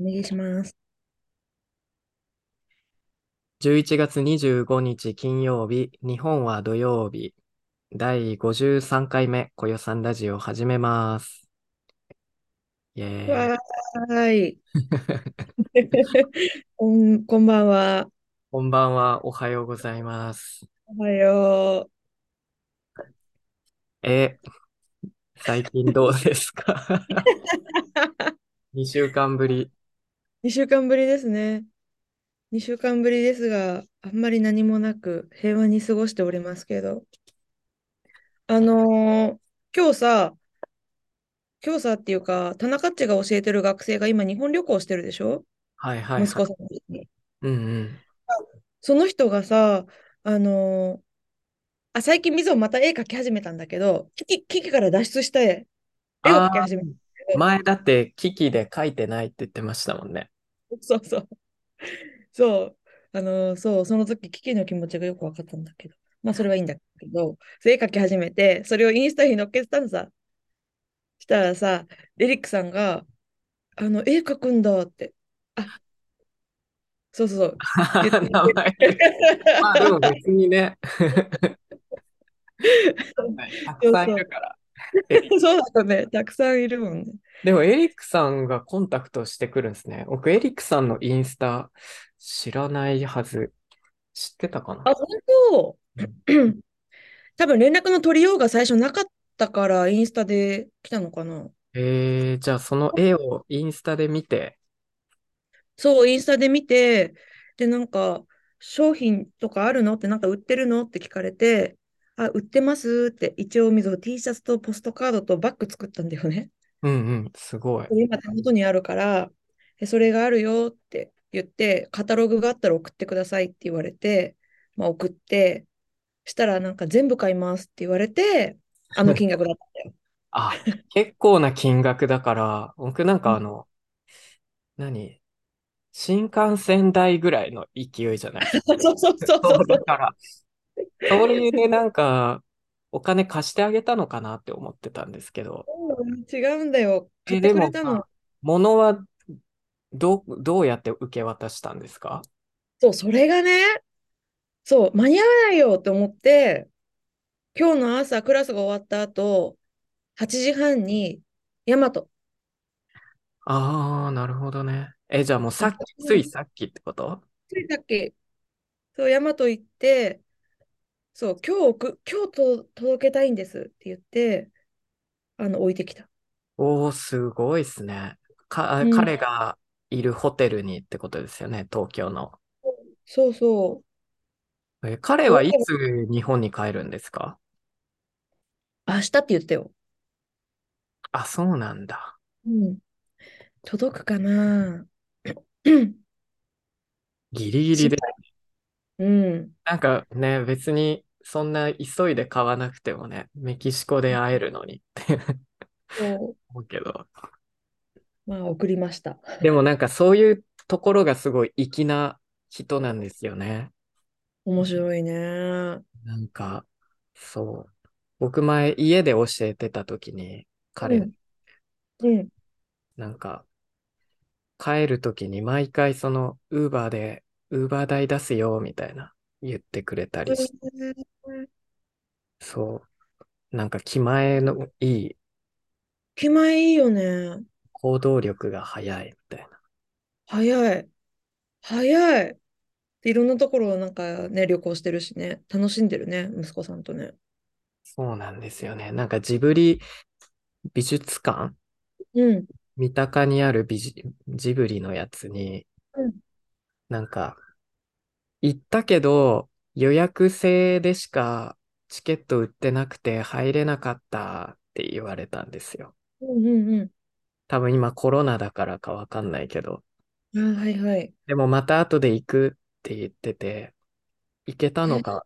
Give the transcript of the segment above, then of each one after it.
お願いします。 11月25日金曜日、日本は土曜日、第53回目、こよさんラジオ始めます。イェーわイ。ー い。こん、こんばんは。こんばんは、おはようございます。おはよえ、最近どうです かう。 ?2 週間ぶり。 2週間ぶりですね。2週間ぶりですが、あんまり何もなく平和に過ごしておりますけど。あのー今日さ、今日さっていうか、田中っちが教えてる学生が今日本旅行してるでしょはいはい息はい。子さんたちに。うんうん。その人がさ、あのーあ、最近みぞまた絵描き始めたんだけど、危機、危機から脱出して絵をあ描き始めたんー、だけど、前だって危機で書いてないって言ってましたもんね。そうそう。 そう。あの、そう、その時、キキの気持ちがよく分かったんだけど。まあ、それはいいんだけど、それ絵描き始めて、それをインスタに載っけてたのさ。したらさ、エリックさんが、あの、絵描くんだって。あ、そうそうそう。言って 名前て。で。まあでも別に ね、はいたそくうさんいそるう。から。そう だよね。たくさんいるもんね。でもエリックさんがコンタクトしてくるんですね。僕、エリックさんのインスタ知らないはず。知ってたかなあ、本うん。当多分連絡の取りようが最初なかったから、インスタで来たのかな。えー、じゃあその絵をインスタで見て、そう、インスタで見て、で、なんか、商品とかあるのって、なんか売ってるのって聞かれて、あ、売ってますって、一応、みぞ T シャツとポストカードとバッグ作ったんだよね。 うんうん、すごい。これ今、手元にあるから、えそれがあるよって言って、カタログがあったら送ってくださいって言われて、まあ、送って、したら、なんか全部買いますって言われて、あの金額だったんだよ。あ、結構な金額だから、僕なんうかあんの、何新幹線代ぐらいの勢いじゃないですか。そう そうそうそうそうそだう。から、それでなんか、お金貸してあげたのかなって思ってたんですけど。違うんだよ。買え、ってでくれもたの。さ、物はどう、どうやって受け渡したんですかそう、それがね、そう、間に合わないよと思って、今日の朝、クラスが終わった後、8時半に、ヤマト。ああー、なるほどね。え、じゃあもうそさう、っき、ついさっきってことついさっき、そう、ヤマト行って、そう、今日送、今日と届けたいんですって言って、あの、置いてきた。おお、すごいっすね。か、うん。彼がいるホテルにってことですよね、東京の。そうそう。え、彼どうはいやらつ日本に帰るんですか明日って言ってよ。あ、そうなんだ。うん。届くかなギリギリ心で。配。うん。なんかね、別にそんな急いで買わなくてもね、メキシコで会えるのにってそう思うけど。まあ、送りました。でもなんかそういうところがすごい粋な人なんですよね。面白いね。なんか、そう。僕前家で教えてた時に、う彼、ん。うん。なんか帰る時に毎回その、ウーバーで、ウーバー代出すよ、みたいな言ってくれたりし、うんそう。なんか気前のいい、気前いいよね。行動力が早いみたいな。早い。早い。でいろんなところをなんかね、旅行してるしね、楽しんでるね、息子さんとね。そうなんですよね。なんかジブリ美術館うん。三鷹にある美ジ、ジブリのやつに、うんなんか、行ったけど、予約制でしかチケット売ってなくて入れなかったって言われたんですよ。うんうん多分今コロナだからかわかんないけど。うん。あ、はいはい。でもまた後で行くって言ってて、行けたのえか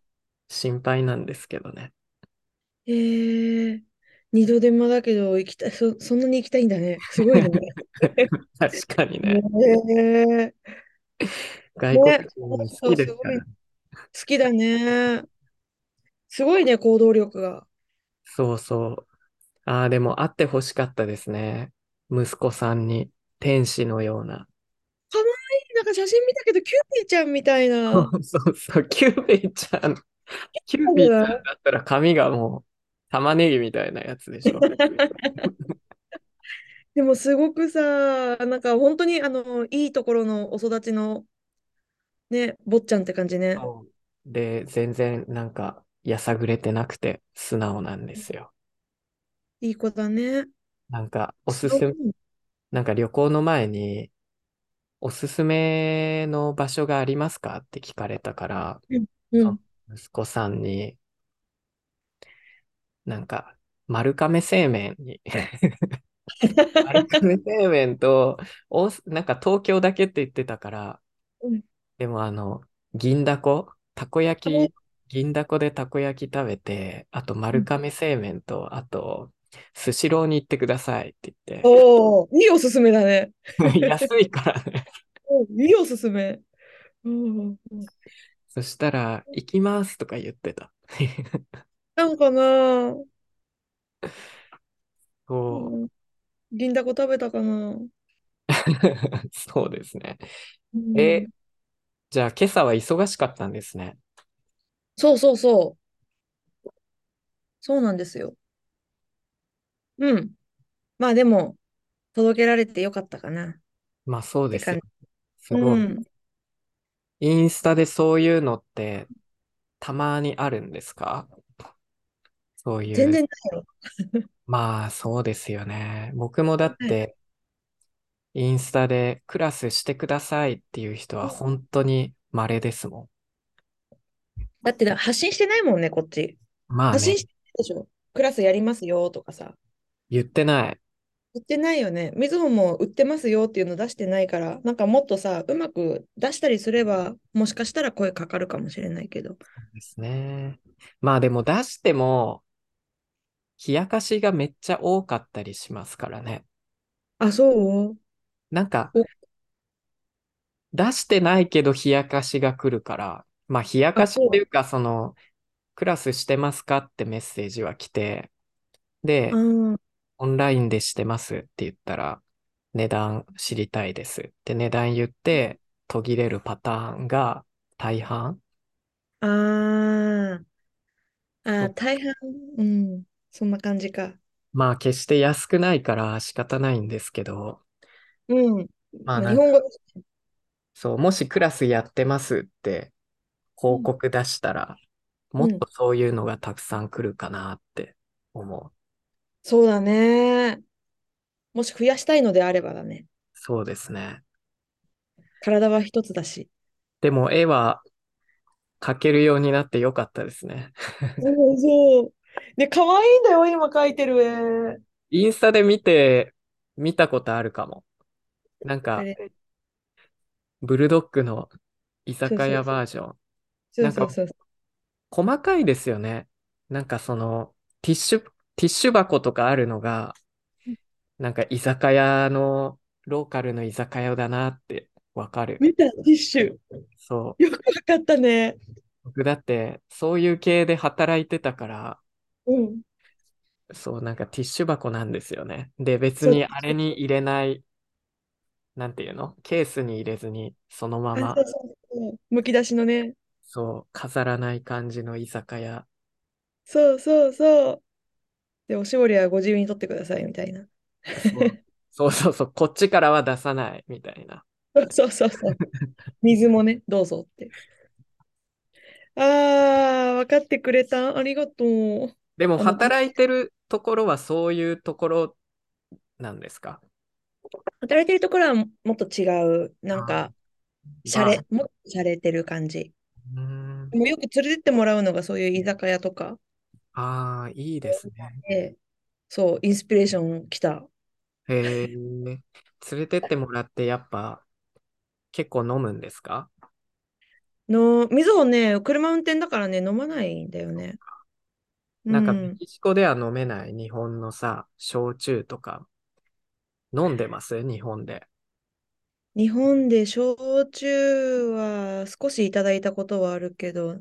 心配なんですけどね。えー、二度手間だけど、行きたい、そ、そんなに行きたいんだね。すごい ね。確かにね。ね外えね、国人好そきう、ですすごかい、ら。好きだね。すごいね、行動力が。そうそう。ああ、でも会ってほしかったですね。息子さんに。天使のような。か写真見たけど、キューピーちゃんみたいそ な。うそうそう、キューピーちゃん。キューピーちゃんだったら髪がもう玉ねぎみたいなやつで しょ。でもすごくさ、なんか本当にあの、いいところのお育ちのね、坊ちゃんって感じね。そうで、全然なんか、やさぐれてなくて素直なんですよ。いい子だね。なんか、おすそうすめ、なんか旅行の前に、おすすめの場所がありますかって聞かれたから、うそん。の息子さんに、なんか、丸亀製麺に、丸亀製麺と、大阪なんか東京だけって言ってたから、うんでもあの、銀だこ、たこ焼あき、銀だこでたこ焼き食べて、あと丸亀製麺と、あと、スシローに行ってくださいって言おお、いいおすすめだね。って、 安いからね。うんいいおすすめ。うんそしたら、行きますとか言ってた。なんかな、うこん、銀だこ食べたかな。う そうですね。うんえ、じゃあ今朝は忙しかったんですね。そうそうそう。そうなんですよ。うん。まあでも、届けられてよかったかな。まあそうですよってすうごい。ん。インスタでそういうのってたまにあるんですかそういう。全然ないよ。まあそうですよね。僕もだっはいてインスタでクラスしてくださいっていう人は本当に稀ですもだってな発信してないもんね、こっち。ん。まあ発信ね、してないでしょ。クラスやりますよとかさ。言ってない。売ってないよね。みずほも売ってますよっていうの出してないから、なんかもっとさ、うまく出したりすれば、もしかしたら声かかるかもしれないけど。ですね。まあでも出しても冷やかしがめっちゃ多かったりしますからね。あ、そうなんかお出してないけど冷やかしが来るから、まあ冷やかしっていうかそのクラスしてますかってメッセージは来て、で、うん。オンラインでしてますって言ったら、値段知りたいですって値段言って途切れるパターンが大半。ああ、あそうー大半、うん、そんな感じか。まあ決して安くないから仕方ないんですけど、うん。まあまあな日んか本語だしそう、もしクラスやってますって報告出したら、んもっとそういうのがたくさん来るかなって思う。そうだね。もし増やしたいのであればだね。そうですね。体は一つだし。でも絵は描けるようになってよかったですね。そうそう。ね、可愛いんだよ、今描いてる絵。インスタで見て、見たことあるかも。なんあか、れ、ブルドッグの居そう酒そうそ屋うバージョン。そうそうそう。細かいですよね。なんかその、ティッシュ、ティッシュ箱とかあるのが、なんか居酒屋の、ローカルの居酒屋だなってわかる。見た、ティッシュ。そう。よくわかったね。僕だって、そういう系で働いてたから、うん。そう、なんかティッシュ箱なんですよね。で、別そうにあれに入れない、なんていうのケースに入れずに、そのま あ、そうま、そうそう。むき出しのね。そう、飾らない感じの居酒屋。そうそうそう。で、おしぼりはご自由に取ってください、みたいな。 そうそうそう、こっちからは出さないみたいな。そうそうそう。水もね、どうぞって。ああ、分かってくれた。ありがとう。でもあの働いてるところはそういうところなんですか働いてるところはもっと違う。なんか、しゃまれあ、もっとしゃれてる感じ。うーんでもよく連れてってもらうのがそういう居酒屋とかああ、いいですね。で、そう、インスピレーション来た。へえ。連れてってもらってやっぱ結構飲むんですかの、みずほね、車運転だからね、飲まないんだよね。なんかうメん。キシコでは飲めない日本のさ、焼酎とか飲んでます日本で。日本で焼酎は少しいただいたことはあるけど、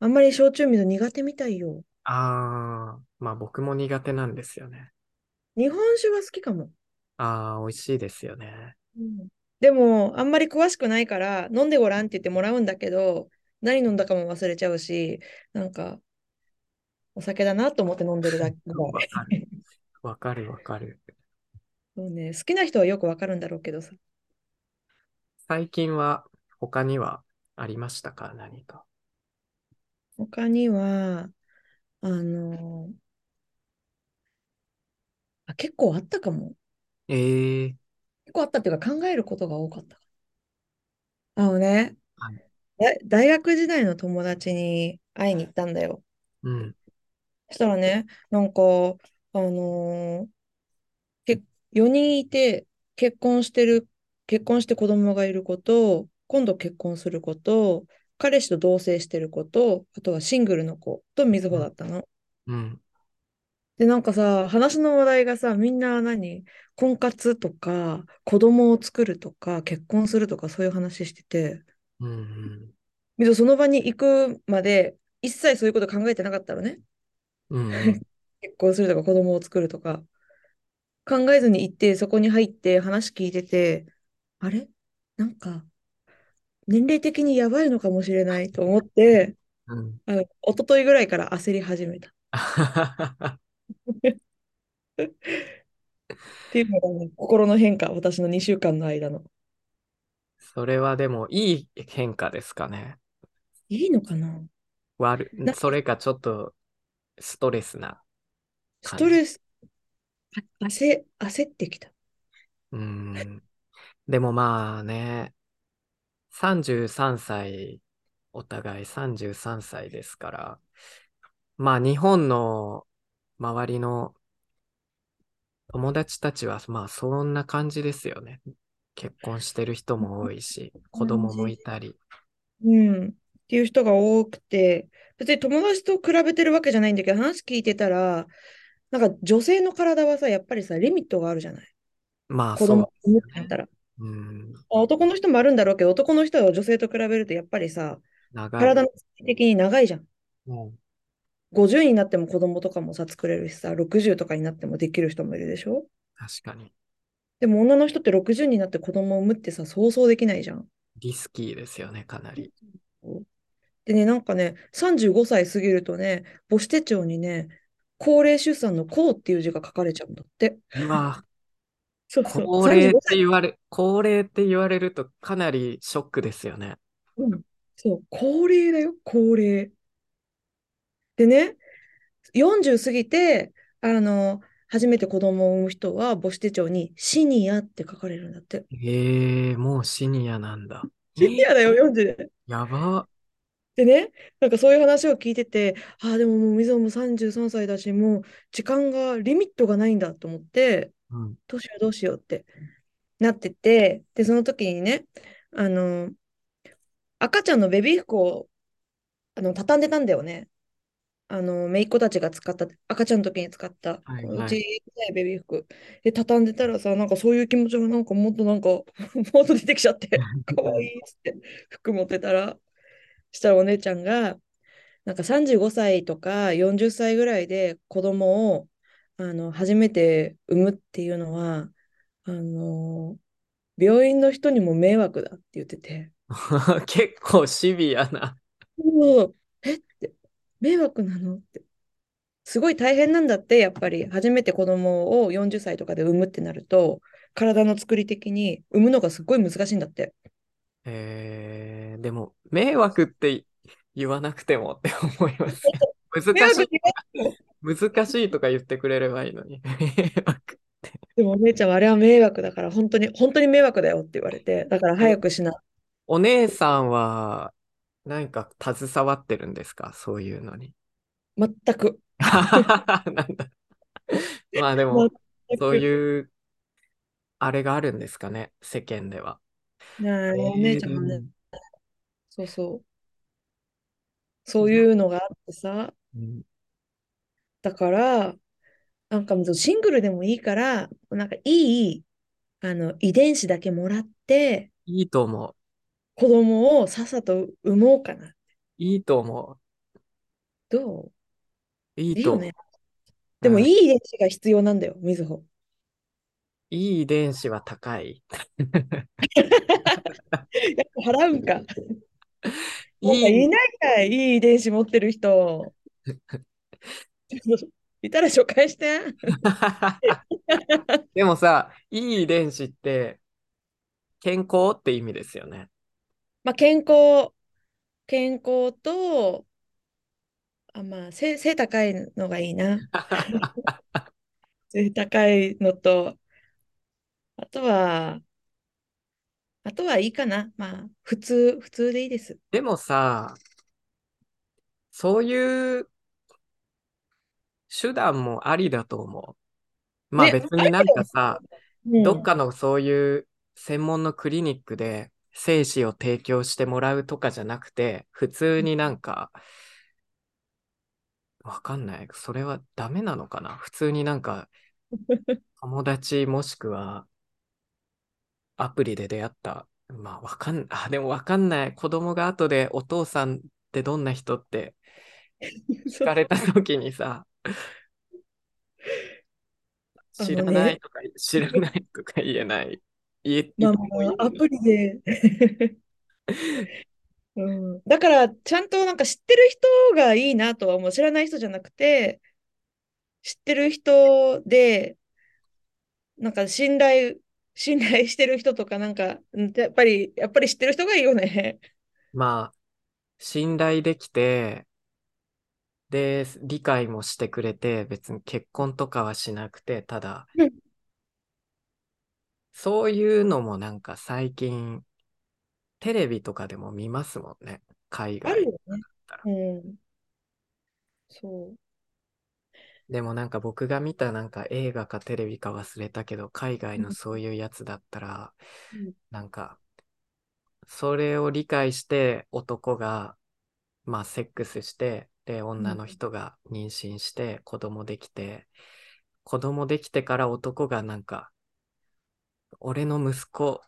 あんまり焼酎水苦手みたいよ。ああ、まあ僕も苦手なんですよね。日本酒は好きかも。ああ、美味しいですよね。うんでも、あんまり詳しくないから、飲んでごらんって言ってもらうんだけど、何飲んだかも忘れちゃうし、なんか、お酒だなと思って飲んでるだけ。 わかる。わかるわかる。そうね、好きな人はよくわかるんだろうけどさ。最近は他にはありましたか何か。他には、あの、あ、結構あったかも。ええ結構あったっていうか考えることが多かった。あのね、はいだ大学時代の友達に会いに行ったんだよ。うん。そしたらね、なんか、あのー、け、4人いて、結婚してる、結婚して子供がいる子と、今度結婚する子と、彼氏と同棲してる子と、あとはシングルの子とみずほだったの。うん。で、なんかさ、話の話題がさ、みんな何婚活とか、子供を作るとか、結婚するとか、そういう話してて、うんうん。みずほその場に行くまで、一切そういうこと考えてなかったのね。うんうん。結婚するとか子供を作るとか考えずに行ってそこに入って話聞いててあれなんか年齢的にやばいのかもしれないと思ってうん。 あの一昨日ぐらいから焦り始めたっあははていうのが、ね、心の変化私の2週間の間のそれはでもいい変化ですかね。いいのかな悪、なそれかちょっとストレスなス感トじ。レスあ焦焦ってきたうん。でもまあね、33歳、お互い33歳ですから、まあ日本の周りの友達たちはまあそんな感じですよね。結婚してる人も多いし、子供もいたり。うんっていう人が多くて別に友達と比べてるわけじゃないんだけど話聞いてたらなんか女性の体はさやっぱりさリミットがあるじゃないまあ子そ供産むってうなったら。う。うん。男の人もあるんだろうけど、男の人は女性と比べるとやっぱりさ、長い。体の設計的に長いじゃん。うん50になっても子供とかもさ、作れるしさ、60とかになってもできる人もいるでしょ確かに。でも女の人って60になって子供を産むってさ、想像できないじゃん。リスキーですよね、かなり。でね、なんかね、35歳過ぎるとね、母子手帳にね、高齢出産の高っていう字が書かれちゃうんだって。うわ、そうそう。高齢っ35て歳。言われ、高齢って言われるとかなりショックですよね。うんそう、高齢だよ、高齢。でね、40過ぎて、あの、初めて子供を産む人は母子手帳にシニアって書かれるんだって。ええもうシニアなんだ。えシニアだよ、40で。やば。でね、なんかそういう話を聞いてて、ああ、でももうみぞも33歳だし、もう時間が、リミットがないんだと思って、うん。どうしようどうしようってなってて、で、その時にね、あの、赤ちゃんのベビー服を、あの、畳んでたんだよね。あの、姪っ子たちが使った、赤ちゃんの時に使った、はいうはちい。ちっちゃいベビー服。で、畳んでたらさ、なんかそういう気持ちがなんかもっとなんか、 もっと出てきちゃって、かわいいっつって、服持ってたら、したらお姉ちゃんが、なんか35歳とか40歳ぐらいで子供を、あの、初めて産むっていうのは、あの、病院の人にも迷惑だって言ってて、 結構シビアな。そうえって迷惑なのってすごい大変なんだって、やっぱり初めて子供を40歳とかで産むってなると、体の作り的に産むのがすっごい難しいんだって。ええでも、迷惑って言わなくてもって思いますね。難迷惑しになるい、難しいとか言ってくれればいいのに。迷惑。でもお姉ちゃんはあれは迷惑だから、本当に、本当に迷惑だよって言われて、だから早おくしな。お姉さんは何か携わってるんですかそういう のに。 全く。なんだ。まあでも、全そうく。いうあれがあるんですかね、世間では。ねえ、えお姉えちゃんもね、そうそう。そうまあいうのがあってさ、うんだから、なんかもうシングルでもいいから、なんかいい、あの、遺伝子だけもらって、いいと思う。子供をさっさと産もうかな。いいと思どう。いいういいとよ思ね。う。でもういん。い遺伝子が必要なんだよ、みずほ。いい電子は高い。やっぱ払うんか。なんかいいい、ないかい、いい遺伝子持ってる人。 いたら紹介して。 でもさ、いい電子って、健康って意味ですよね。まあ、健康、健康と、あ、まあ、背、背高いのがいい な。背高いのと、あとは、あとはいいかな。まあ、普通、普通でいいです。でもさ、そういう手段もありだと思う。まあね別になんかさ、うんどっかのそういう専門のクリニックで精子を提供してもらうとかじゃなくて、普通になんか、わかんない。それはダメなのかな普通になんか、友達もしくはアプリで出会った。まあわかん、あ、でもわかんない。子供が後でお父さんってどんな人って聞かれた時にさ、あのね知らないとか、知らないとか言えない。言え、まあいつも言えまあ、アプリで、 うん。だから、ちゃんとなんか知ってる人がいいなとは思う。知らない人じゃなくて、知ってる人で、なんか信頼、信頼してる人とか、なんか、うんやっぱり、やっぱり知ってる人がいいよね。まあ、信頼できて、で、理解もしてくれて、別に結婚とかはしなくて、ただうん、そういうのもなんか最近、テレビとかでも見ますもんね。海ある外。よね。うん。そう。でもなんか僕が見たなんか映画かテレビか忘れたけど、海外のそういうやつだったら、うんなんか、それを理解して男が、まあ、セックスして、で、女の人が妊娠して、子供できて、子供できてから男がなんか、俺の息子、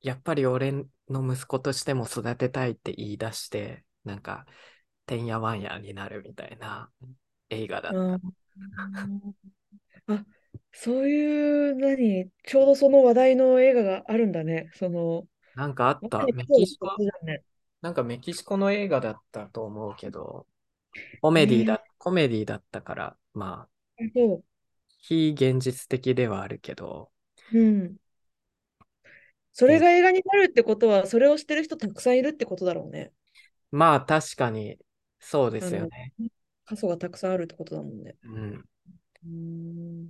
やっぱり俺の息子としても育てたいって言い出して、なんか、てんやわんやになるみたいな映画だ。あーあ、そういう、何、ちょうどその話題の映画があるんだね。その、なんかあっまたさ。にメそうキだシコ、そうだね。なんかメキシコの映画だったと思うけど、コメディだ、コメディだったから、まあ、そう。非現実的ではあるけど、うん。それが映画になるってことは、それをしてる人たくさんいるってことだろうね。まあ確かにそうあですよの、ね。過疎がたくさんあるってことだもんね。うん。うーん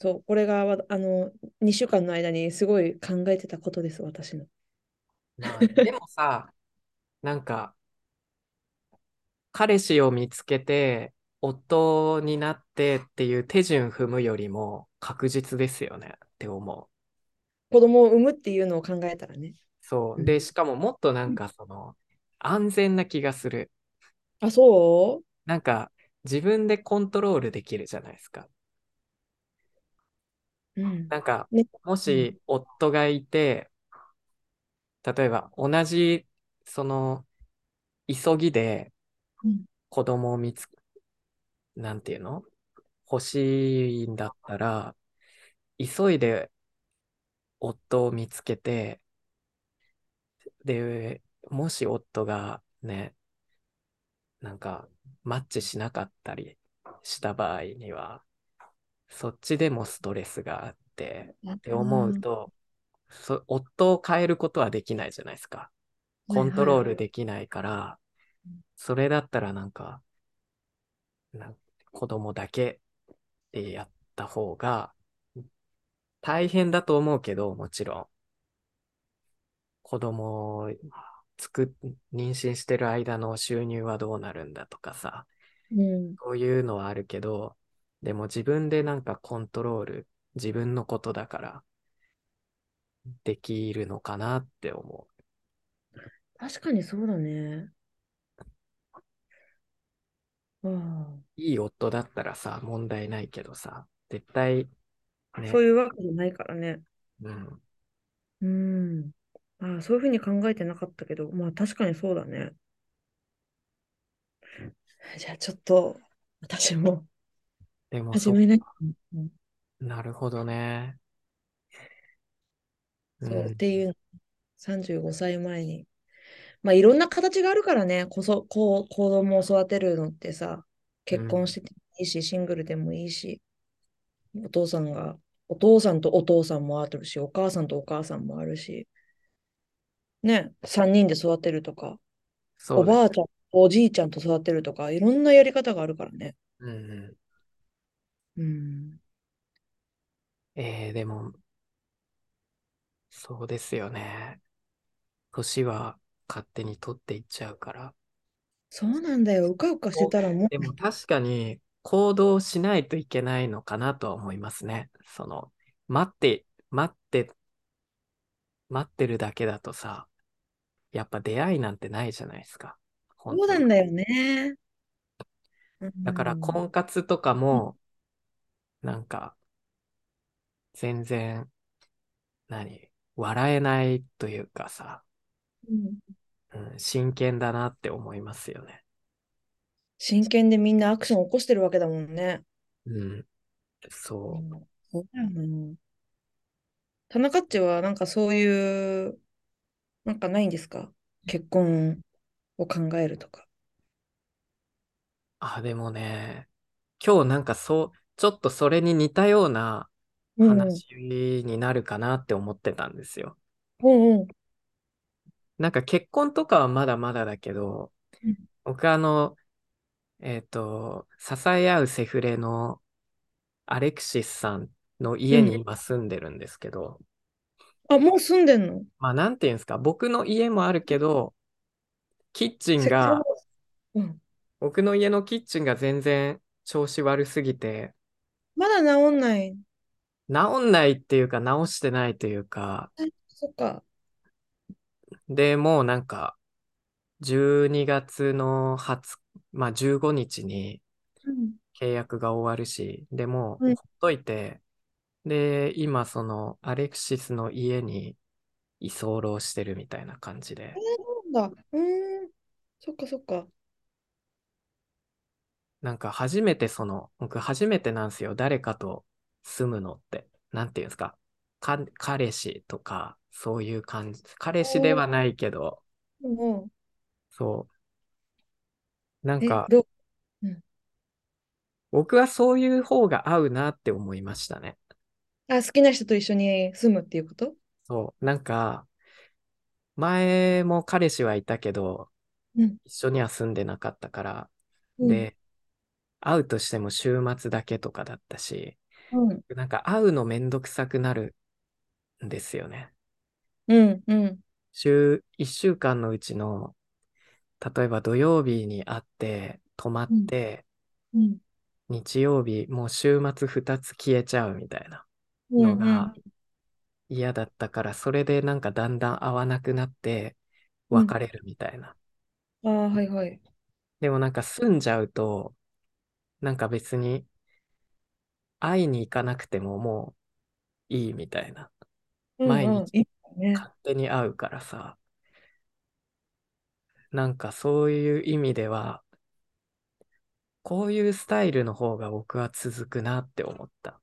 そう、これがわ、あの、2週間の間にすごい考えてたことです、私の。まあでもさ、なんか彼氏を見つけて夫になってっていう手順踏むよりも確実ですよねって思う。子供を産むっていうのを考えたらね。そうう。んで、しかももっとなんかその安全な気がする。あ、そうなんか自分でコントロールできるじゃないですか。うん。なんか、ねもし夫がいて、例えば同じ、その、急ぎでうん子供を見つ、なんていうの欲しいんだったら、急いで夫を見つけて、で、もし夫がね、なんか、マッチしなかったりした場合には、そっちでもストレスがあって、って思うと、そ夫を変えることはできないじゃないですか。コントロールできないから、それだったらなんか、なん子供だけでやった方が、大変だと思うけど、もちろん。子供を作っ、妊娠してる間の収入はどうなるんだとかさ、うん。そういうのはあるけど、でも自分でなんかコントロール、自分のことだから、できるのかなって思う。確かにそうだね。あいい夫だったらさ、問題ないけどさ、絶対、あ、ねそう、いうわけじゃないからね。うん、うん。ああ、そういうふうに考えてなかったけど、まあ確かにそうだね。じゃあちょっと、私もでも始そめない。うんう、なるほどね。うそう、っん、ていう35歳前に。まあいろんな形があるからね、こそ、こう、子供を育てるのってさ、う結婚ん、しててもいいし、シングルでもいいし、お父さんが、お父さんとお父さんもあるし、お母さんとお母さんもあるし、ね、3人で育てるとか、そおうでばす。あちゃん、おじいちゃんと育てるとか、いろんなやり方があるからね。うんううん。ん、えー、でも、そうですよね。年は勝手に取っていっちゃうから。そうなんだよ。うかうかしておたらもでう、も確かに行動しないといけないのかなとは思いますね。その、待って、待って、待ってるだけだとさ、やっぱ出会いなんてないじゃないですか。本そう当なに。んだよね。うだからん。婚活とかも、なんか、全然、何、笑えないというかさ、うんうん、真剣だなって思いますよね。真剣でみんなアクション起こしてるわけだもんね。うん、うそん、そうだよね。田中っちはなんかそういう、なんかないんですか結婚を考えるとか。う。あ、でもね、今日なんかそう、ちょっとそれに似たようなうんうん。話になるかなって思ってたんですよ。うんうん。なんか結婚とかはまだまだだけど、うん僕あの、えっと、支え合うセフレのアレクシスさんのう家にん今住んでるんですけど、あ、もう住んでんのまあなんていうんですか、僕の家もあるけど、キッチンセカンが、ドうん。僕の家のキッチンが全然調子悪すぎて、まだ治んない。治んないっていうか治してないというか、あそっか。で、もうなんか、12月の20、まあ15日にうん。契約が終わるし、でもう。うんほっといて、で、今そのアレクシスの家に居候してるみたいな感じえで、ー、なんだ。うーん。そっかそっか。なんか初めてその、僕初めてなんですよ、誰かと住むのって、なんていうんですか、か、彼氏とか、そういう感じ、彼氏でおーはないけど、うんうそう、なんん。え、かどう、うん、僕はそういう方が合うなって思いましたね。あ、好きな人と一緒に住むっていうことそう、なんか、前も彼氏はいたけど、うん。一緒には住んでなかったから、うん。で、会うとしても週末だけとかだったし、うん。なんか会うのめんどくさくなるんですよね。うん。うん。週、一週間のうちの、例えば土曜日に会って、泊まっうん。て、うん日曜日、もう週末二つ消えちゃうみたいなうのんうがん嫌だったから、それでなんかだんだん会わなくなって、うん。別れるみたいな。ああ、はいはい。でもなんか住んじゃうと、なんか別に会いに行かなくてももういいみたいな。うん毎うん。日いいね。勝手に会うからさ、なんかそういう意味では、こういうスタイルの方が僕は続くなって思った。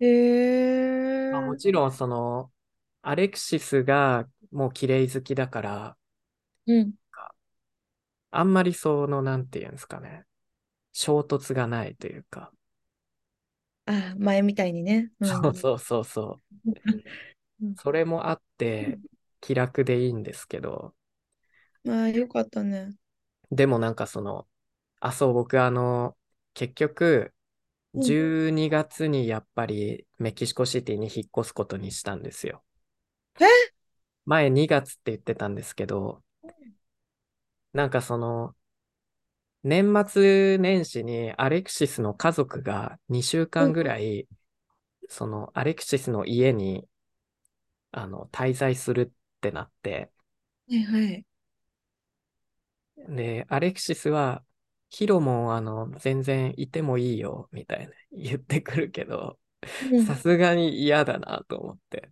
へまあ、もえ。ちろんその、アレクシスがもう綺麗好きだから、うん。あんまりその、なんていうんですかね、衝突がないというか、ああ、前みたいにね。う。そうんそうそうそう。うんそれもあって、気楽でいいんですけど、ま あ、よかったね。でもなんかその、あ、そう、僕あの、結局、うん。 12月にやっぱりメキシコシティに引っ越すことにしたんですよ。え前2月って言ってたんですけど、なんかその、年末年始にアレクシスの家族が2週う間ん。ぐらい、そのアレクシスの家に、あの、滞在するってなって、はいはい。で、アレクシスは、ヒロも、あの、全然いてもいいよ、みたいな言ってくるけど、うさん。すがに嫌だなと思って。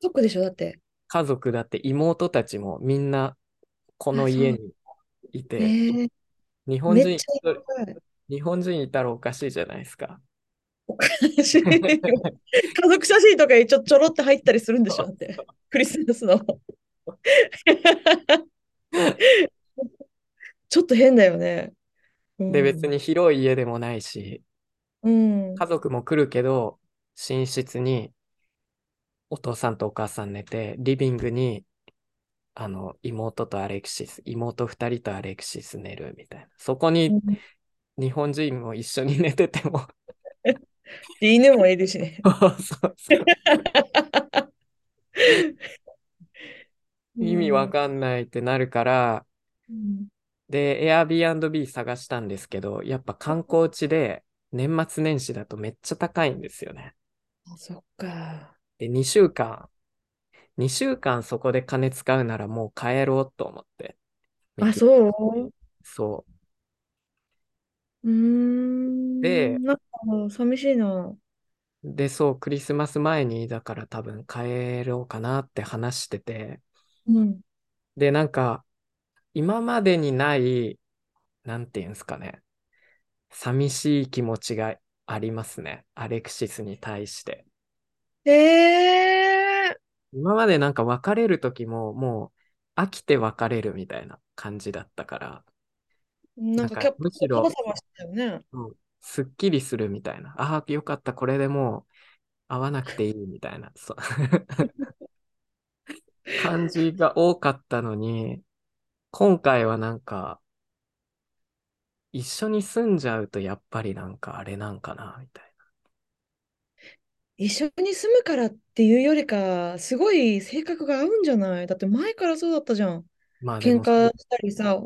ショックでしょ、だって。家族だって妹たちもみんなこあ、のそ家う。にいて、ねえ。日本めっ人ち一ゃ人、行きたい。日本人いたらおかしいじゃないですか。家族写真とかにちょ、ちょろって入ったりするんでしょだ って。クリスマスの。 ちょっと変だよね。うんで、別。に広い家でもないし、うん。家族も来るけど、寝室にお父さんとお母さん寝て、リビングにあの妹とアレクシス、妹二人とアレクシス寝るみたいな。そこに日本人も一緒に寝てても、で犬もいるしね。そうそう 意味わかんないってなるから、うんで、Airbnb 探したんですけど、やっぱ観光地で年末年始だとめっちゃ高いんですよね。あ、そっか。で、2週間、2週間そこで金使うならもう帰ろうと思って。あ、そうそうーん。でなんか、寂しいな。う。で、そう、クリスマス前に、だから多分帰ろうかなって話してて。うん。で、なんか、今までにない、なんていうんですかね。寂しい気持ちがありますね。アレクシスに対して。えー、今までなんか別れる時も、もう飽きて別れるみたいな感じだったから、なんなんかかキャップむしろパサパサしたよね。すっきりするみたいな。ああ、よかった、これでもう会わなくていいみたいな、そう 感じが多かったのに、今回はなんか、一緒に住んじゃうとやっぱりなんかあれなんかな、みたい一緒に住むからっていうよりか、すごい性格が合うんじゃないだって前からそうだったじゃん。な。まあで喧も、嘩したりさ、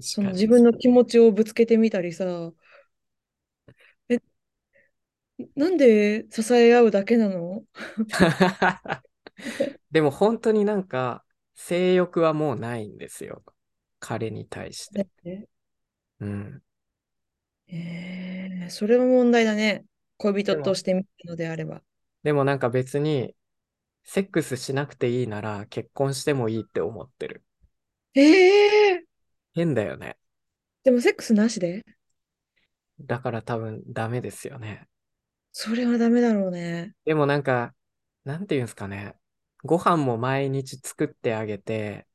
そ確の自かに分の気持ちをぶつけてみたりさ、え、なんで支え合うだけなの でも本当になんか、性欲はもうないんですよ。彼に対して。うん。えー、それも問題だね。恋人としてみるのであれば。でもなんか別に、セックスしなくていいなら結婚してもいいって思ってる。えー、変だよね。でもセックスなしでだから多分ダメですよね。それはダメだろうね。でもなんか、なんていうんですかね。ご飯も毎日作ってあげて、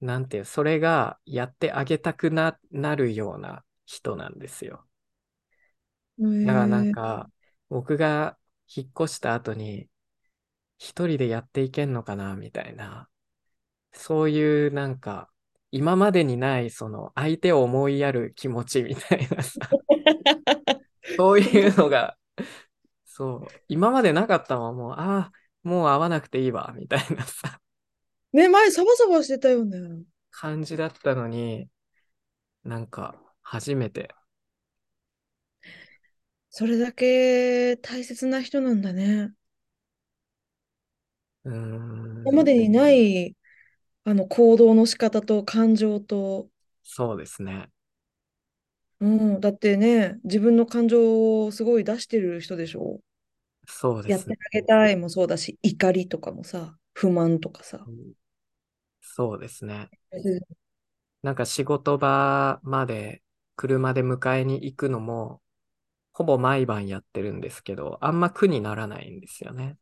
なんていう、それがやってあげたくな、なるような人なんですよ。えーだからなんか、僕が引っ越した後に、一人でやっていけんのかな、みたいな。そういうなんか、今までにない、その、相手を思いやる気持ちみたいなさ、そういうのが、 そう、今までなかったもん、もう、ああ、もう会わなくていいわ、みたいなさ、ね、前サバサバしてたよね。感じだったのに、なんか、初めて、それだけ大切な人なんだね。うー今までにん、ない、あの行動の仕方と感情と、そうですね。うん、だってね、自分の感情をすごい出してる人でしょ。そうでやっすてね。あげたいもそうだし、怒りとかもさ、不満とかさ。そうですね。うんなんか仕事場まで車で迎えに行くのも、ほぼ毎晩やってるんですけど、あんま苦にならないんですよね。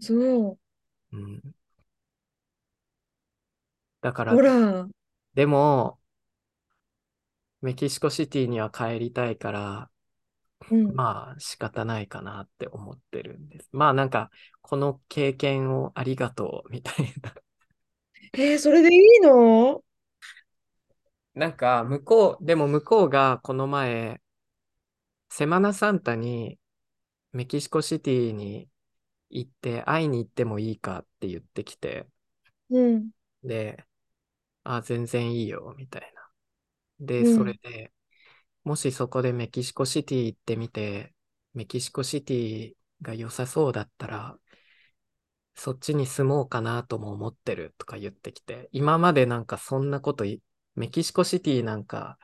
そう、うん。だかほら、ら、でも、メキシコシティには帰りたいから、うん、まあ仕方ないかなって思ってるんです。まあなんか、この経験をありがとうみたいな。えーそれでいいのなんか、向こう、でも向こうがこの前、セマナサンタにメキシコシティに行って会いに行ってもいいかって言ってきて、うん、で、あ、全然いいよ、みたいな。で、うそん、れで、もしそこでメキシコシティ行ってみて、メキシコシティが良さそうだったら、そっちに住もうかなとも思ってるとか言ってきて、今までなんかそんなことい、メキシコシティなんか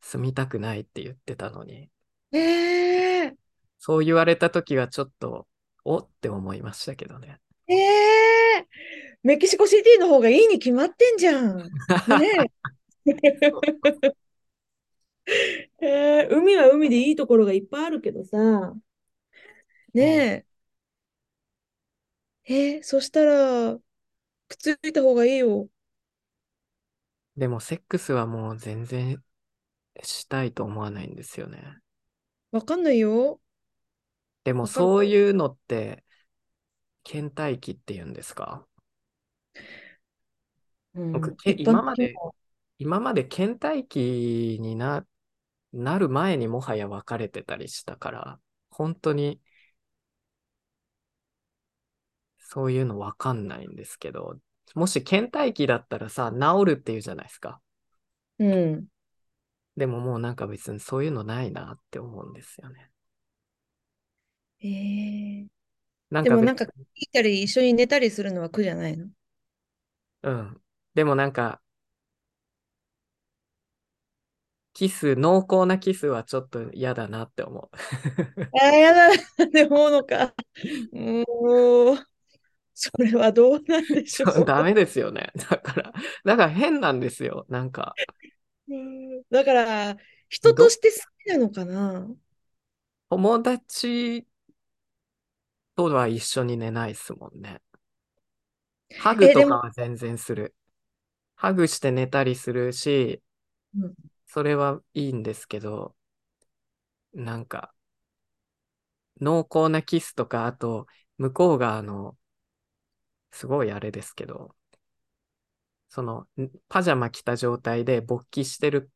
住みたくないって言ってたのに、えそう言われた時はちょっと、おって思いましたけどね。 ー、えー、メキシコシティの方がいいに決まってんじゃん。ねえ。 えー海は海でいいところがいっぱいあるけどさ。うんねえ。えーそしたら、くっついた方がいいよ。でも、セックスはもう全然したいと思わないんですよね。わかんないよ。でも、わかんそうない。いうのって、倦怠期って言うんですかう僕、ん、け一般今ま的にで、は。今まで倦怠期にな、なる前にもはや別れてたりしたから、本当にそういうのわかんないんですけど、もし倦怠期だったらさ、治るっていうじゃないですか。うん。でももうなんか別にそういうのないなって思うんですよね。えーなんでかも別なんか、聞に、いたり一緒に寝たりするのは苦じゃないの うん。でもなんか、キス、濃厚なキスはちょっと嫌だなって思う。 ああ、やだ、 って思うのか。もう、それはどうなんでしそょ う、ダう。メですよね。だから、だから変なんですよ。なんか、うんだから、人とど、して好きなのかな友達とは一緒に寝ないですもんね。ハグえ、とでかも、は全然する。ハグして寝たりするし、うんそれはいいんですけど、なんか、濃厚なキスとか、あと、向こうが、あの、すごいあれですけど、その、んパジャマ着た状態で勃起してる、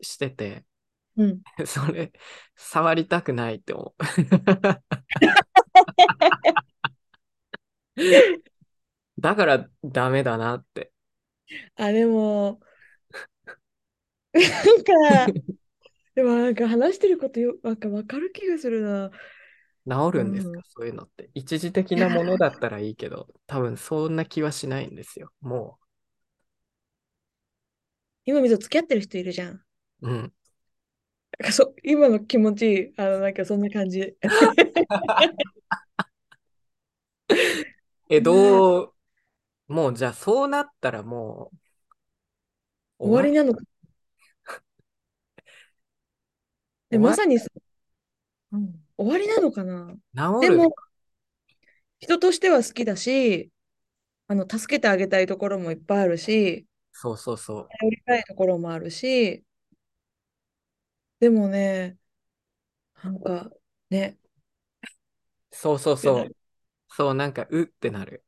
してて、うん。 それ、触りたくないって思 う。だからダメだなって。あ、で も、なんか、でもなんか話してることよ、なんかわかる気がするな。治うるんですん。かそういうのって。一時的いなや、ものだったらいいけど、多分そんな気はしないんですよ。も今みぞ付き合ってる人いるじゃん。う。うん。なんかそ、今の気持ち、あの、なんかそんな感じ。え、ねえどう、もうじゃあそうなったらもう終わ終りわなのか。り、で、ま終さにさ、うん終わりなのかな。わでり、治るのも、か。人としては好きだし、あの、助けてあげたいところもいっぱいあるし、そうそうそう。頼りたいところもあるし、でもね、なんか、ね、そうそううそう。そう、なんか、うってなる。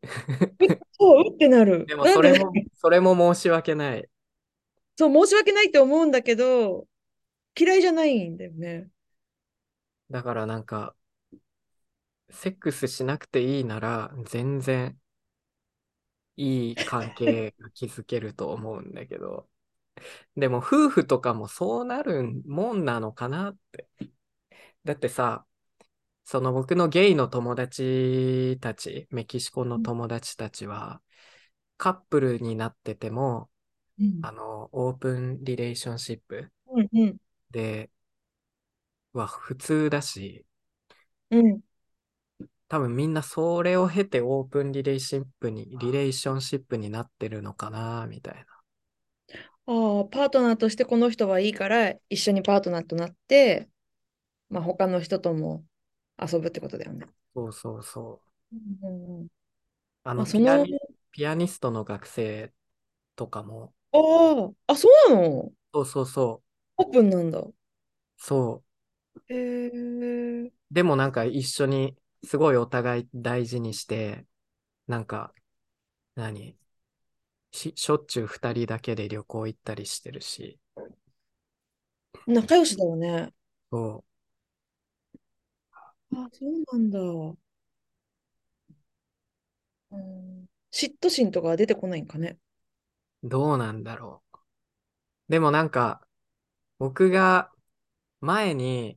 そう、うってなる。でも、なんそか、れも、それも申し訳ない。そう、申し訳ないって思うんだけど、嫌いじゃないんだよね。だから、なんか、セックスしなくていいなら、全然いい関係が築けると思うんだけど、 でも、夫婦とかもそうなるもんなのかなって。だってさ、その僕のゲイの友達たち、メキシコの友達たちは、カップルになってても、うん、あの、オープンリレーションシップうん、うん、では普通だし、うん。多分みんなそれを経てオープンリレーシップに、リレーションシップになってるのかな、みたいな。ああ、パートナーとしてこの人はいいから、一緒にパートナーとなって、まあ、他の人とも遊ぶってことだよね。そうそうそう。うんうんうんまああ、の、そピアの、ニ、ピアニストの学生とかも、ああ、あ、そうなのそうそうそオープンなんだ。う、そう。へえ。でもなんか一緒に、すごいお互い大事にして、なんか、何し、しょっちゅう二人だけで旅行行ったりしてるし、仲良しだよね。そう。あ、そうなんだ。うん、嫉妬心とかは出てこないんかね。どうなんだろう。でもなんか、僕が前に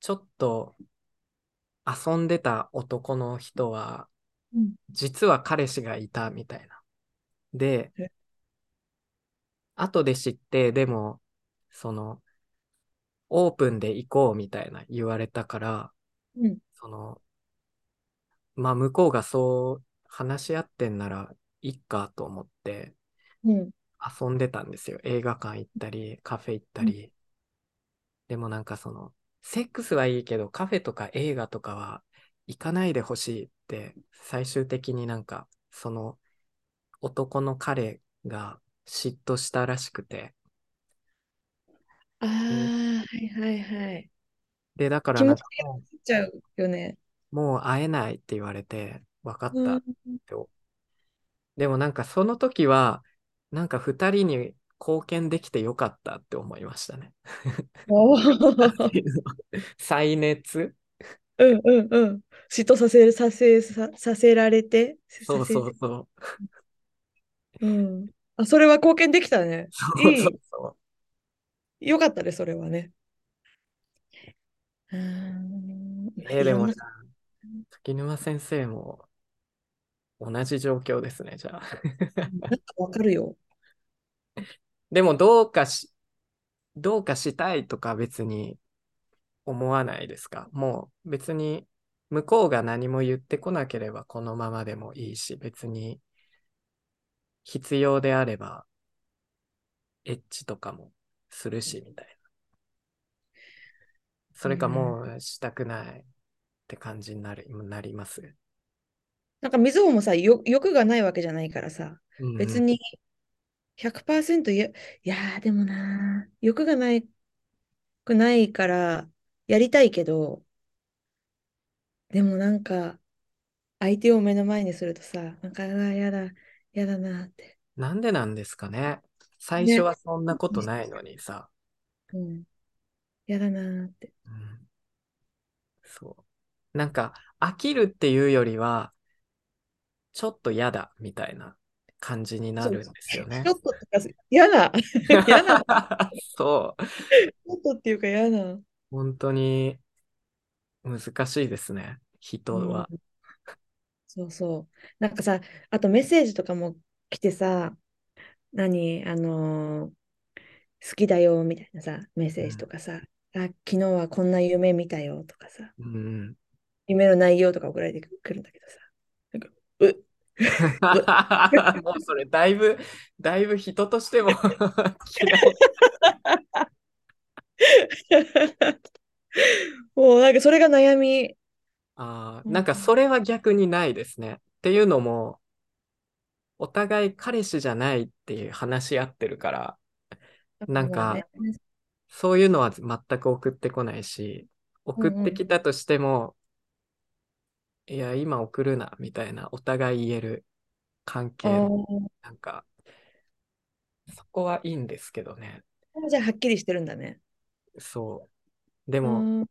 ちょっと遊んでた男の人は、うん。実は彼氏がいたみたいな。で、え後で知って、でも、その、オープンで行こうみたいな言われたから、うん。その、まあ向こうがそう話し合ってんならいいかと思ってうん。遊んでたんですよ。映画館行ったり、カフェ行ったうんり。でもなんかその、セックスはいいけど、カフェとか映画とかは行かないでほしいって、最終的になんか、その男の彼が嫉妬したらしくて、ああ、はいはいはい。で、だから気なん持ちかがもついちゃうよね。う、もう会えないって言われて、分かっうたん。ってでもなんかその時は、なんか二人に貢献できてよかったって思いまし たね。 おー再熱 うんうんうん。嫉妬させる、させ、さ、させられて、そさうせそうて。そう。うん。あ、それは貢献できたね。そうそいうそい、よかったね、それはね。うーん、う。まあえーいでろんもな、さ、柿沼先生も同じ状況ですね、じゃあ。なんかわかるよ。でもどうかし、どうかしたいとか別に思わないですかもう別に向こうが何も言ってこなければこのままでもいいし、別に必要であればエッチとかもするし、みたいな。うそれかん。もうしたくないって感じになる、なります。なんか、みずほもさ、よ、欲がないわけじゃないからさ、うんう別ん。に100%いや、いやーでもなー、欲がないくないから、やりたいけど、でもなんか、相手を目の前にするとさ、なんか、あーやだ、やだなーって。なんでなんですかね。最初ね。はそんなことないのにさ。うん、やだなーって。うんそう。なんか、飽きるっていうよりは、ちょっと嫌だみたいな感じになそう、るんですよちょね。っととか、嫌な、嫌 な、ち そう。ょっとっていうか嫌な。本当に難しいですね。う人ん、は。そうそう。なんかさ、あとメッセージとかも来てさ、何、あのー好きだよみたいなさ、メッうセージとん。かさ、あ、昨日はこんな夢見たよとかさ、うん。 夢の内容とか送られてくるんだけどさ、なんか、うっ、うっ、もうそれ、だいぶ、だいぶ人としても 嫌い。 もうなんかそれが悩み。ああ、うなんかん、それは逆にないですね。っていうのも、お互い彼氏じゃないっていう話し合ってるから、なんまあね。か、そういうのは全く送ってこないし、う送っんうてきん。たとしても、いや、今送るな、みたいな、お互い言える関あ係の、ーなんか、そこはいいんですけどね。じゃあはっきりしてるんだね。そう。でうも、ん、うん、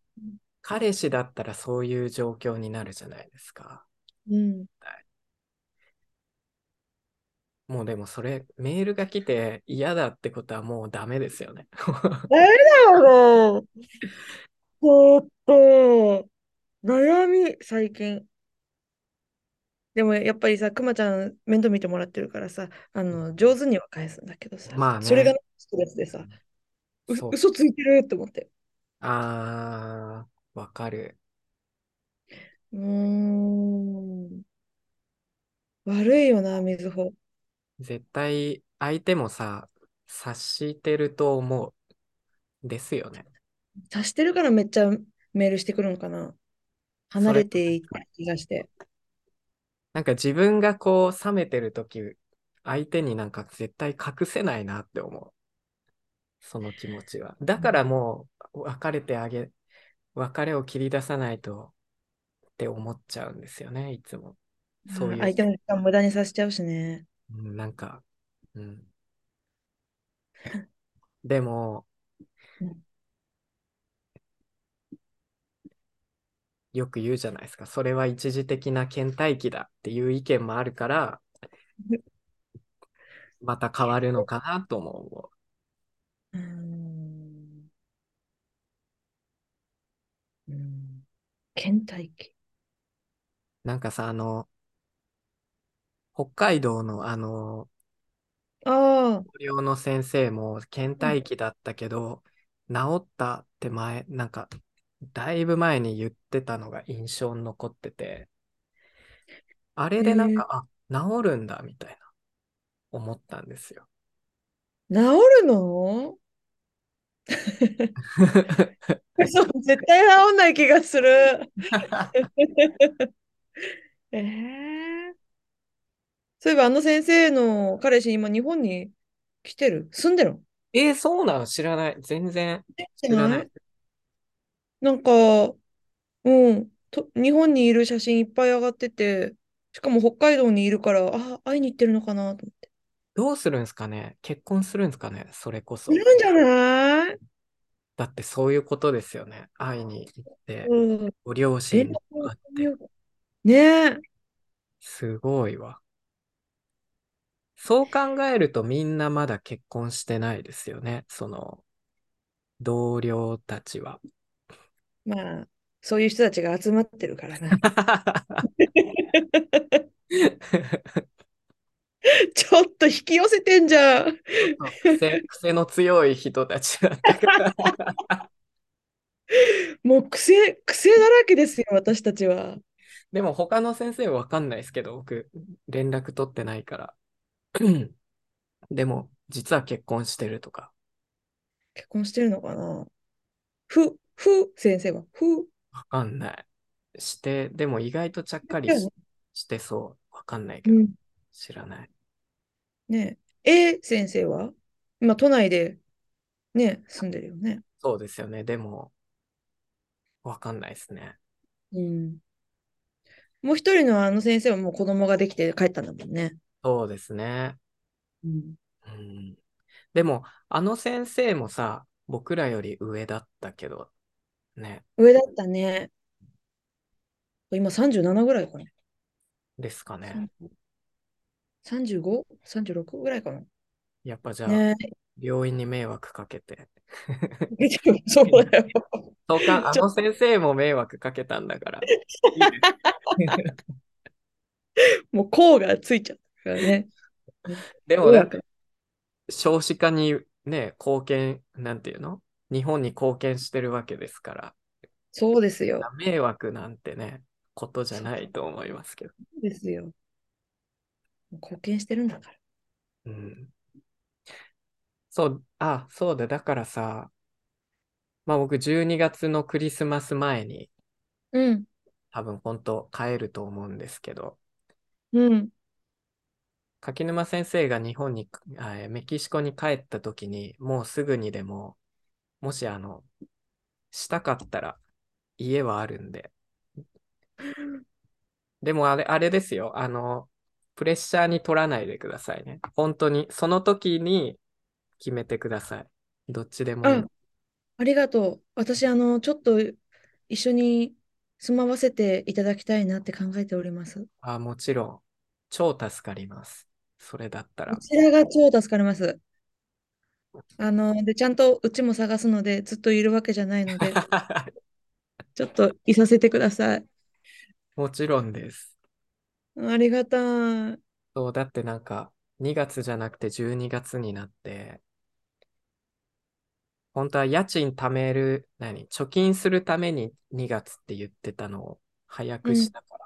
彼氏だったらそういう状況になるじゃないですか。うんはいもうでもそれ、メールが来て嫌だってことはもうダメですよね。ダメだよ、もう。ちょっと、悩み、最近。でもやっぱりさ、くまちゃん面倒見てもらってるからさ、あの、上手には返すんだけどさ、まあそれがね、ストレスでさ、う、そう。嘘ついてるって思って。あー、わかる。うーん、悪いよな、みずほ。絶対、相手もさ、察してると思う。ですよね。察してるからめっちゃメールしてくるんかな。離それれとていった気がして。なんか自分がこう冷めてるとき、相手になんか絶対隠せないなって思う。その気持ちは。だからもう別れてあげ、別れを切り出さないとって思っちゃうんですよね、いつも。そあうーいう相時、手の時間無駄にさせちゃうしね。うんなんか、うん。 でも、うんよく言うじゃないですか。それは一時的な倦怠期だっていう意見もあるから、 また変わるのかなとも思うーん、うーん倦怠期。う。なんかさ、あの、北海道のあの、ああ、同僚の先生も倦うん怠期だったけど、治ったって前、なんか、だいぶ前に言ってたのが印象に残ってて、あれでなんえー、か、あ、治るんだみたいな 思ったんですよ。治るのそう、絶対治んない気がする。えーそういえば、あの先生の彼氏、今、日本に来てる住んでるのえー、そうなの知らない。全然知らない。なんか、うんと、日本にいる写真いっぱい上がってて、しかも北海道にいるから、あ、会いに行ってるのかなと思って。どうするんですかね結婚するんですかねそれこそい。るんじゃないだってそういうことですよね。会いに行って、うん。ご両親連に絡を会っ取りて。ようねえ。すごいわ。そう考えるとみんなまだ結婚してないですよね。その、同僚たちは。まあ、そういう人たちが集まってるからな。 ちょっと引き寄せてんじゃん。癖、癖の強い人たちだったから。もう癖、癖だらけですよ、私たちは。でも他の先生はわかんないですけど、僕、連絡取ってないから。 うんでも、実は結婚してるとか。結婚してるのかなふ、ふ、先生は。ふ、わかんない。して、でも意外とちゃっかりだよしねしてそう。わかんないけうど、ん知らない。ねえ。A 先生は今、都内でね、住んでるよね。そうですよね。でも、わかんないですね。うん。もう一人のあの先生はもう子供ができて帰ったんだもんね。そうですね。うん。うん、でも、あの先生もさ、僕らより上だったけど、ね、上だったね。今37ぐらいかな。ですかね。 35?36 ぐらいかな。やっぱじゃあ、ね病院に迷惑かけて。え。 そうだよ。 そうか、あの先生も迷惑かけたんだ から。いいねもう、こうがついちゃったからね。 でどもうなだんっかた少子化にね、貢献、なんていうの日本に貢献してるわけですから、そうですよ。迷惑なんてね、ことじゃないと思いますけど。そうですよ。貢献してるんだから。うん。そう、あ、そうだ、だからさ、まあ僕12月のクリスマス前にうん。多分本当帰ると思うんですけど、うん。柿沼先生が日本に、あえーメキシコに帰った時に、もうすぐにでも、もしあの、したかったら家はあるんで。でもあれ、あれですよ。あの、プレッシャーに取らないでくださいね。本当に、その時に決めてください。どっちでもいい。あ、ありがとう。私、あの、ちょっと一緒に住まわせていただきたいなって考えております。あ、もちろん、超助かります。それだったこら。ちらが超助かります。あの、で、ちゃんとうちも探すので、ずっといるわけじゃないので、ちょっといさせてください。 もちろんです。ありがたい。そう、だってなんか、2月じゃなくて12月になって、本当は家賃貯める、何、貯金するために2月って言ってたのを早くしたから、うん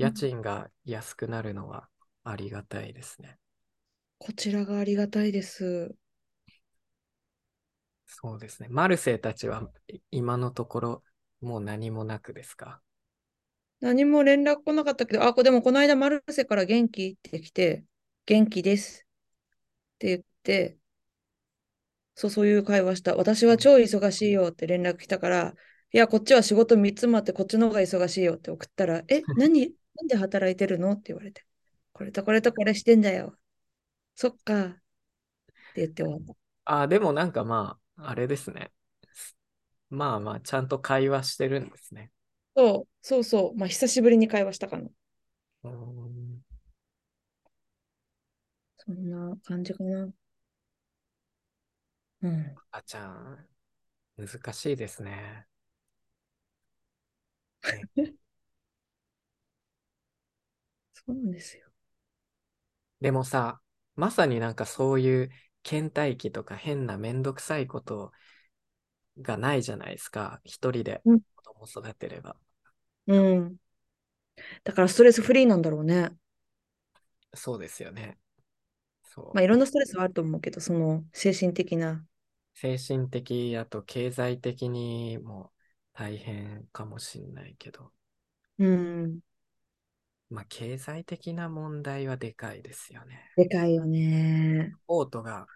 家賃が安くなるのはありがたいですね。こちらがありがたいです。そうですね。マルセイたちはい今のところもう何もなくですか何も連絡来なかったけど、あ、こでもこの間、マルセから元気って来て、元気ですって言って、そう、そういう会話した。私は超忙しいよって連絡来たから、いや、こっちは仕事3つもあって、こっちの方が忙しいよって送ったら、え、何なんで働いてるのって言われて、これとこれとこれしてんだよ。そっか。って言って終わった。ああ、でもなんかまあ、あれですね。まあまあ、ちゃんと会話してるんですね。そう、そうそう。まあ、久しぶりに会話したかな。うーんそんな感じかな。うん。あちゃん、難しいですね。そうなんですよ。でもさ、まさになんかそういう倦怠期とか変なめんどくさいことがないじゃないですか。一人でうん子供育てれば。うん。だからストレスフリーなんだろうね。そうですよね。そまあ、う。いろんなストレスはあると思うけど、その精神的な。精神的、あと経済的にも大変かもしんないけど、うん。まあ経済的な問題はでかいですよね。でかいよね。オートが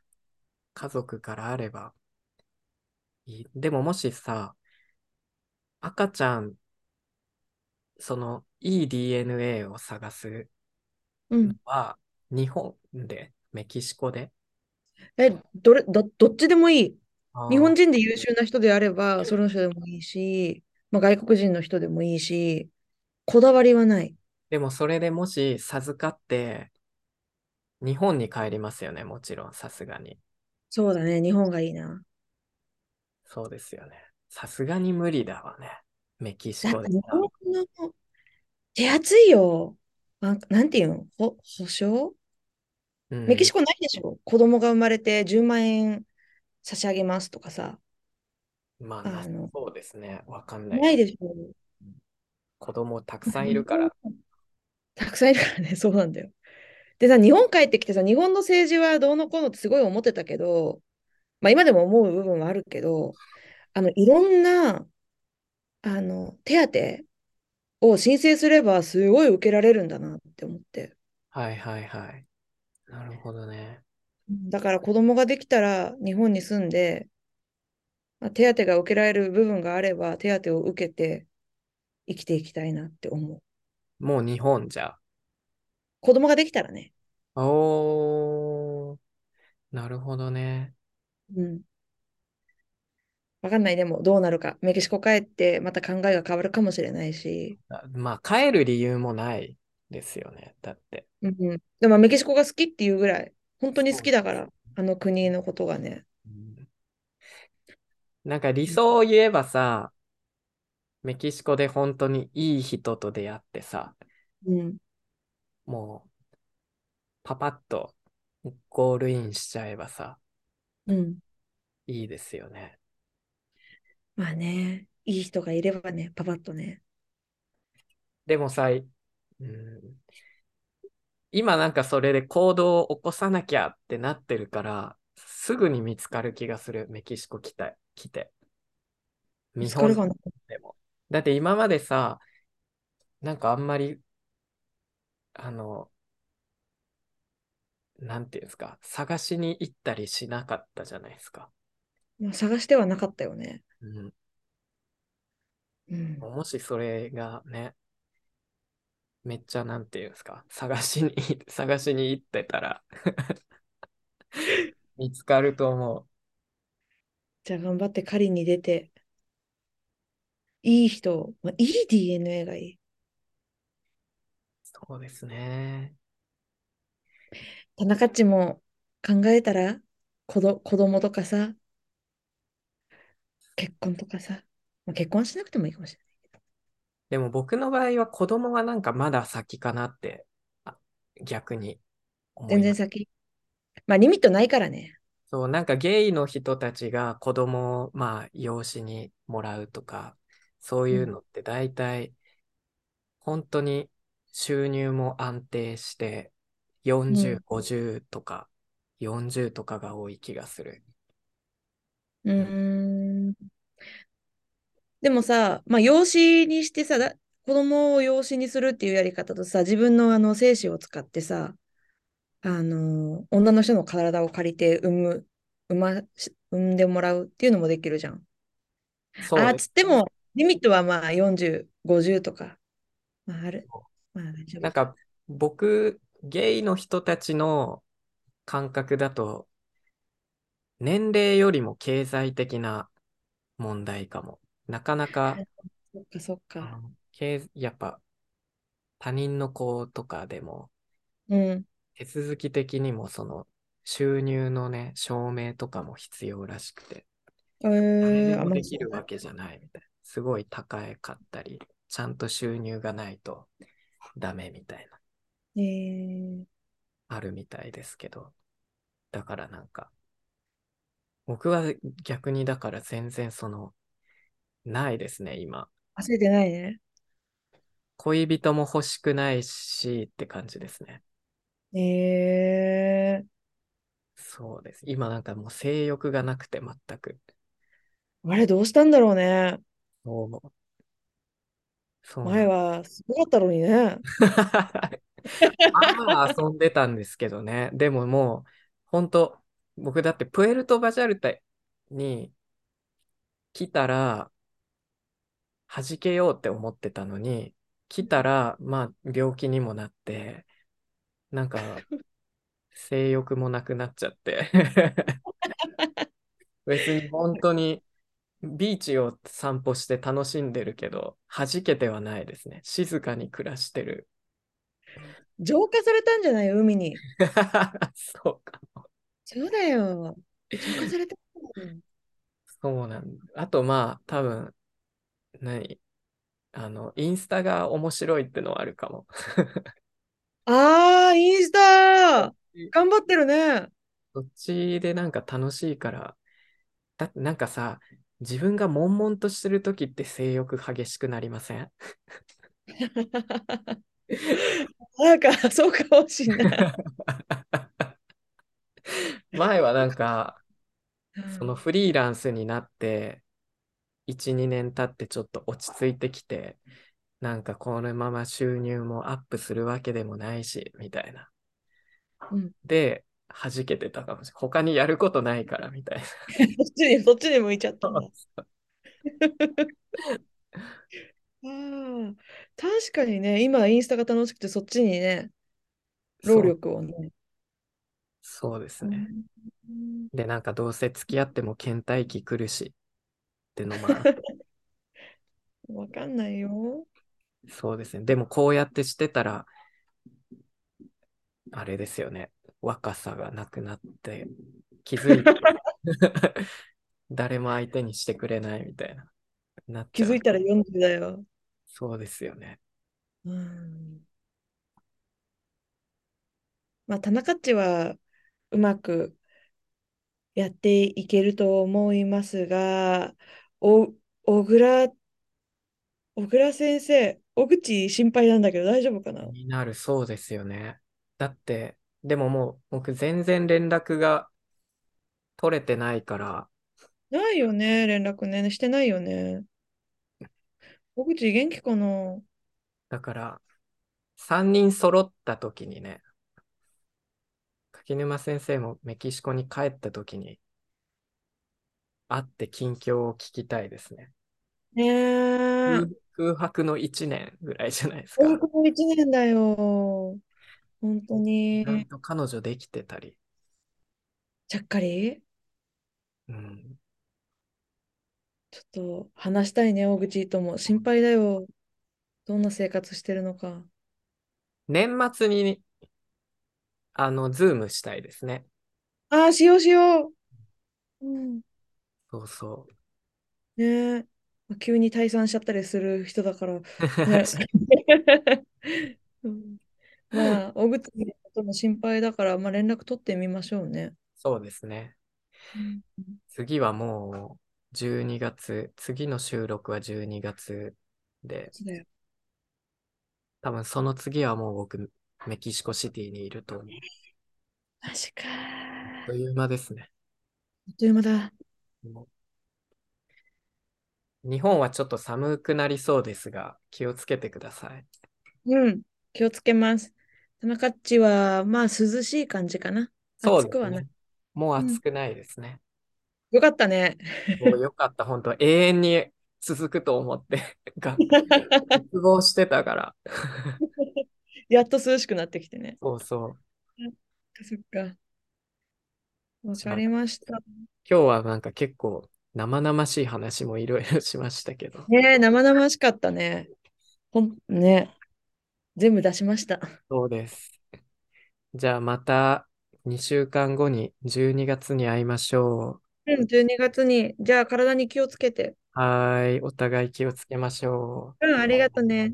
家族からあればいい。でももしさ、赤ちゃん、そのいい DNA を探すうん。は、日本で、メキシコで。え、どれ、ど、どっちでもいい。日本人人で優秀な人であれば、その人でもいいし、まあ、外国人の人でもいいし、こだわりはない。でもそれでもし授かって、日本に帰りますよね、もちろん、さすがに。そうだね、日本がいいな。そうですよね。さすがに無理だわね。メキシやっコぱで日本の手厚いよ。なんかなんていうのほ、保証うんメキシコないでしょ子供が生まれて10万円差し上げますとかさ。まあ、なあの、そうですね。わかんない。ないでしょ子供たくさんいるから。 たくさんいるからね、そうなんだよ。でさ、日本帰ってきてさ、日本の政治はどうのこうのってすごい思ってたけど、まあ今でも思う部分はあるけど、あの、いろんな、あの、手当を申請すればすごい受けられるんだなって思って。はいはいはい。なるほどね。だから子供ができたら日本に住んで、まあ、手当が受けられる部分があれば手当を受けて生きていきたいなって思う。もう日本じゃ。子供ができたらね。おー。なるほどね。うんわかんない、でもどうなるか。メキシコ帰ってまた考えが変わるかもしれないし。あまあ、帰る理由もないですよね。だって。うんうん、でもメキシコが好きっていうぐらい、本当に好きだから、あの国のことがね。うんなんか理想を言えばさ、メキシコで本当にいい人と出会ってさ、うん。もうパパッとゴールインしちゃえばさ、うん。いいですよね。まあね、いい人がいればね、パパッとね。でもさ、うん、今なんかそれで行動を起こさなきゃってなってるから、すぐに見つかる気がする。メキシコ来た、来て。見日つか本るかな。でも。だって今までさ、なんかあんまり、あの、なんていうんですか、探しに行ったりしなかったじゃないですか。まあ、探してはなかったよね。うん、うん。もしそれがね、めっちゃなんていうんですか、探しに、 探しに行ってたら 見つかると思じゃあ頑張って狩りに出て、いい人、まあ、いい DNA がいい。う。そうですね。田中っちも考えたら、子ど、子供とかさ、結婚とかさ、まあ、結婚はしなくてもいいかもしれない。でも僕の場合は子供はなんかまだ先かなって、あ逆に思い全ま然す先。まあ、リミットないからね。そう、なんかゲイの人たちが子供を、まあ、養子にもらうとか、そういうのって大体、本当に収入も安定して、40、50とか、40とかが多い気がする。うん。うーんでもさ、まあ、養子にしてさ、だ子供を養子にするっていうやり方とさ、自分のあの精子を使ってさ、あの、女の人の体を借りて産む、産まし、産んでもらうっていうのもできるじゃん。そうあー、ですつっても、リミットはまあ40、50とか、まあ、ある。まあ、大丈夫。なんか、僕、ゲイの人たちの感覚だと、年齢よりも経済的な問題かも。なかなか、そっか、そっあか。の経やっぱ他人の子とかでもうん。手続き的にもその収入のね証明とかも必要らしくてえ誰でー、あ、もまあできるわけじゃないみたいなすごい高かったりちゃんと収入がないとダメみたいえなー、あるみたいですけどだからなんか僕は逆にだから全然そのないですね今焦ってないね。恋人も欲しくないしって感じですねえー、そうです。今なんかもう性欲がなくて全く。あれ、どうしたんだろうね。そうそうなん前はすごかったのにね。まあ遊んでたんですけどね。でももう、本当僕だってプエルトバジャルタに来たら、弾けようって思ってたのに、来たら、まあ病気にもなって、なんか、性欲もなくなっちゃって。別に本当に、ビーチを散歩して楽しんでるけど、弾けてはないですね。静かに暮らしてる。浄化されたんじゃない海に。 そうか。そうだよ。浄化されたんだよ。そうなんだ。あと、まあ、多分、何あの、インスタが面白いってのはあるかも。ああ、インスタ頑張ってる ね。そっちでなんか楽しいから。だってなんかさ、自分が悶々としてる時って性欲激しくなりません なんか、そうかもしんない。前はなんか、うんそのフリーランスになって、1、2年経ってちょっと落ち着いてきて、なんかこのまま収入もアップするわけでもないし、みたいな。うんで、弾けてたかもしれない。他にやることないから、みたいそっちに、そっちに向いちゃったんだ。 なあ。ー確かにね、今インスタが楽しくて、そっちにね、労力をね。そう。そうですね。で、なんかどうせ付き合っても倦怠期来るし、ってのも あってうんわかんないよ。そうですね。でもこうやってしてたら、あれですよね。若さがなくなって、気づいて、誰も相手にしてくれないみたいな。なっち気ゃうづいたら40だよ。そうですよね。うんまあ、田中っちはうまくやっていけると思いますが、お、小倉、小倉先生、小口心配なんだけど大丈夫かなになるそうですよね。だって、でももう僕全然連絡が取れてないから、ないよね、連絡ね、してないよね。小口元気かなだから3人揃った時にね、柿沼先生もメキシコに帰った時に会って近況を聞きたいですね。ねえ、空白の1年ぐらいじゃないですか。大学の1年だよ。本当意外に。と彼女できてたり、ちゃっかりうん、ちょっと話したいね、大口とも。心配だよ。どんな生活してるのか。年末にあの、ズームしたいですね。ああ、しようしよう。うん。そうそう。ねえ。まあ急に退散しちゃったりする人だから。 ねうんまあ、小口のことも心配だから、まあ、連絡取ってみましょうね。 そうですね。次はもう12月、次の収録は12月で、そうだよ多分その次はもう僕、メキシコシティにいると思う。マジか。あっあという間ですね。っという間だ。もう日本はちょっと寒くなりそうですが、気をつけてください。うん。気をつけます。田中っちは、まあ、涼しい感じかな。そう暑でくすはない。ね。もう暑くないですね。よかったね。もうよかった、本当永遠に続くと思って、 が絶望してたから。やっと涼しくなってきてね。そうそう。そっか。わかりました。今日はなんか結構生々しい話もいろいろしましたけど。ねえ、生々しかったね。ほん、ね。全部出しました。そうです。じゃあまた2週間後に12月に会いましょうん、12月に。じゃあ、体に気をつけて。う。はーい。お互い気をつけましょうん、ありがとうう。ね。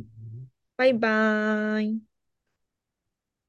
バイバーイ。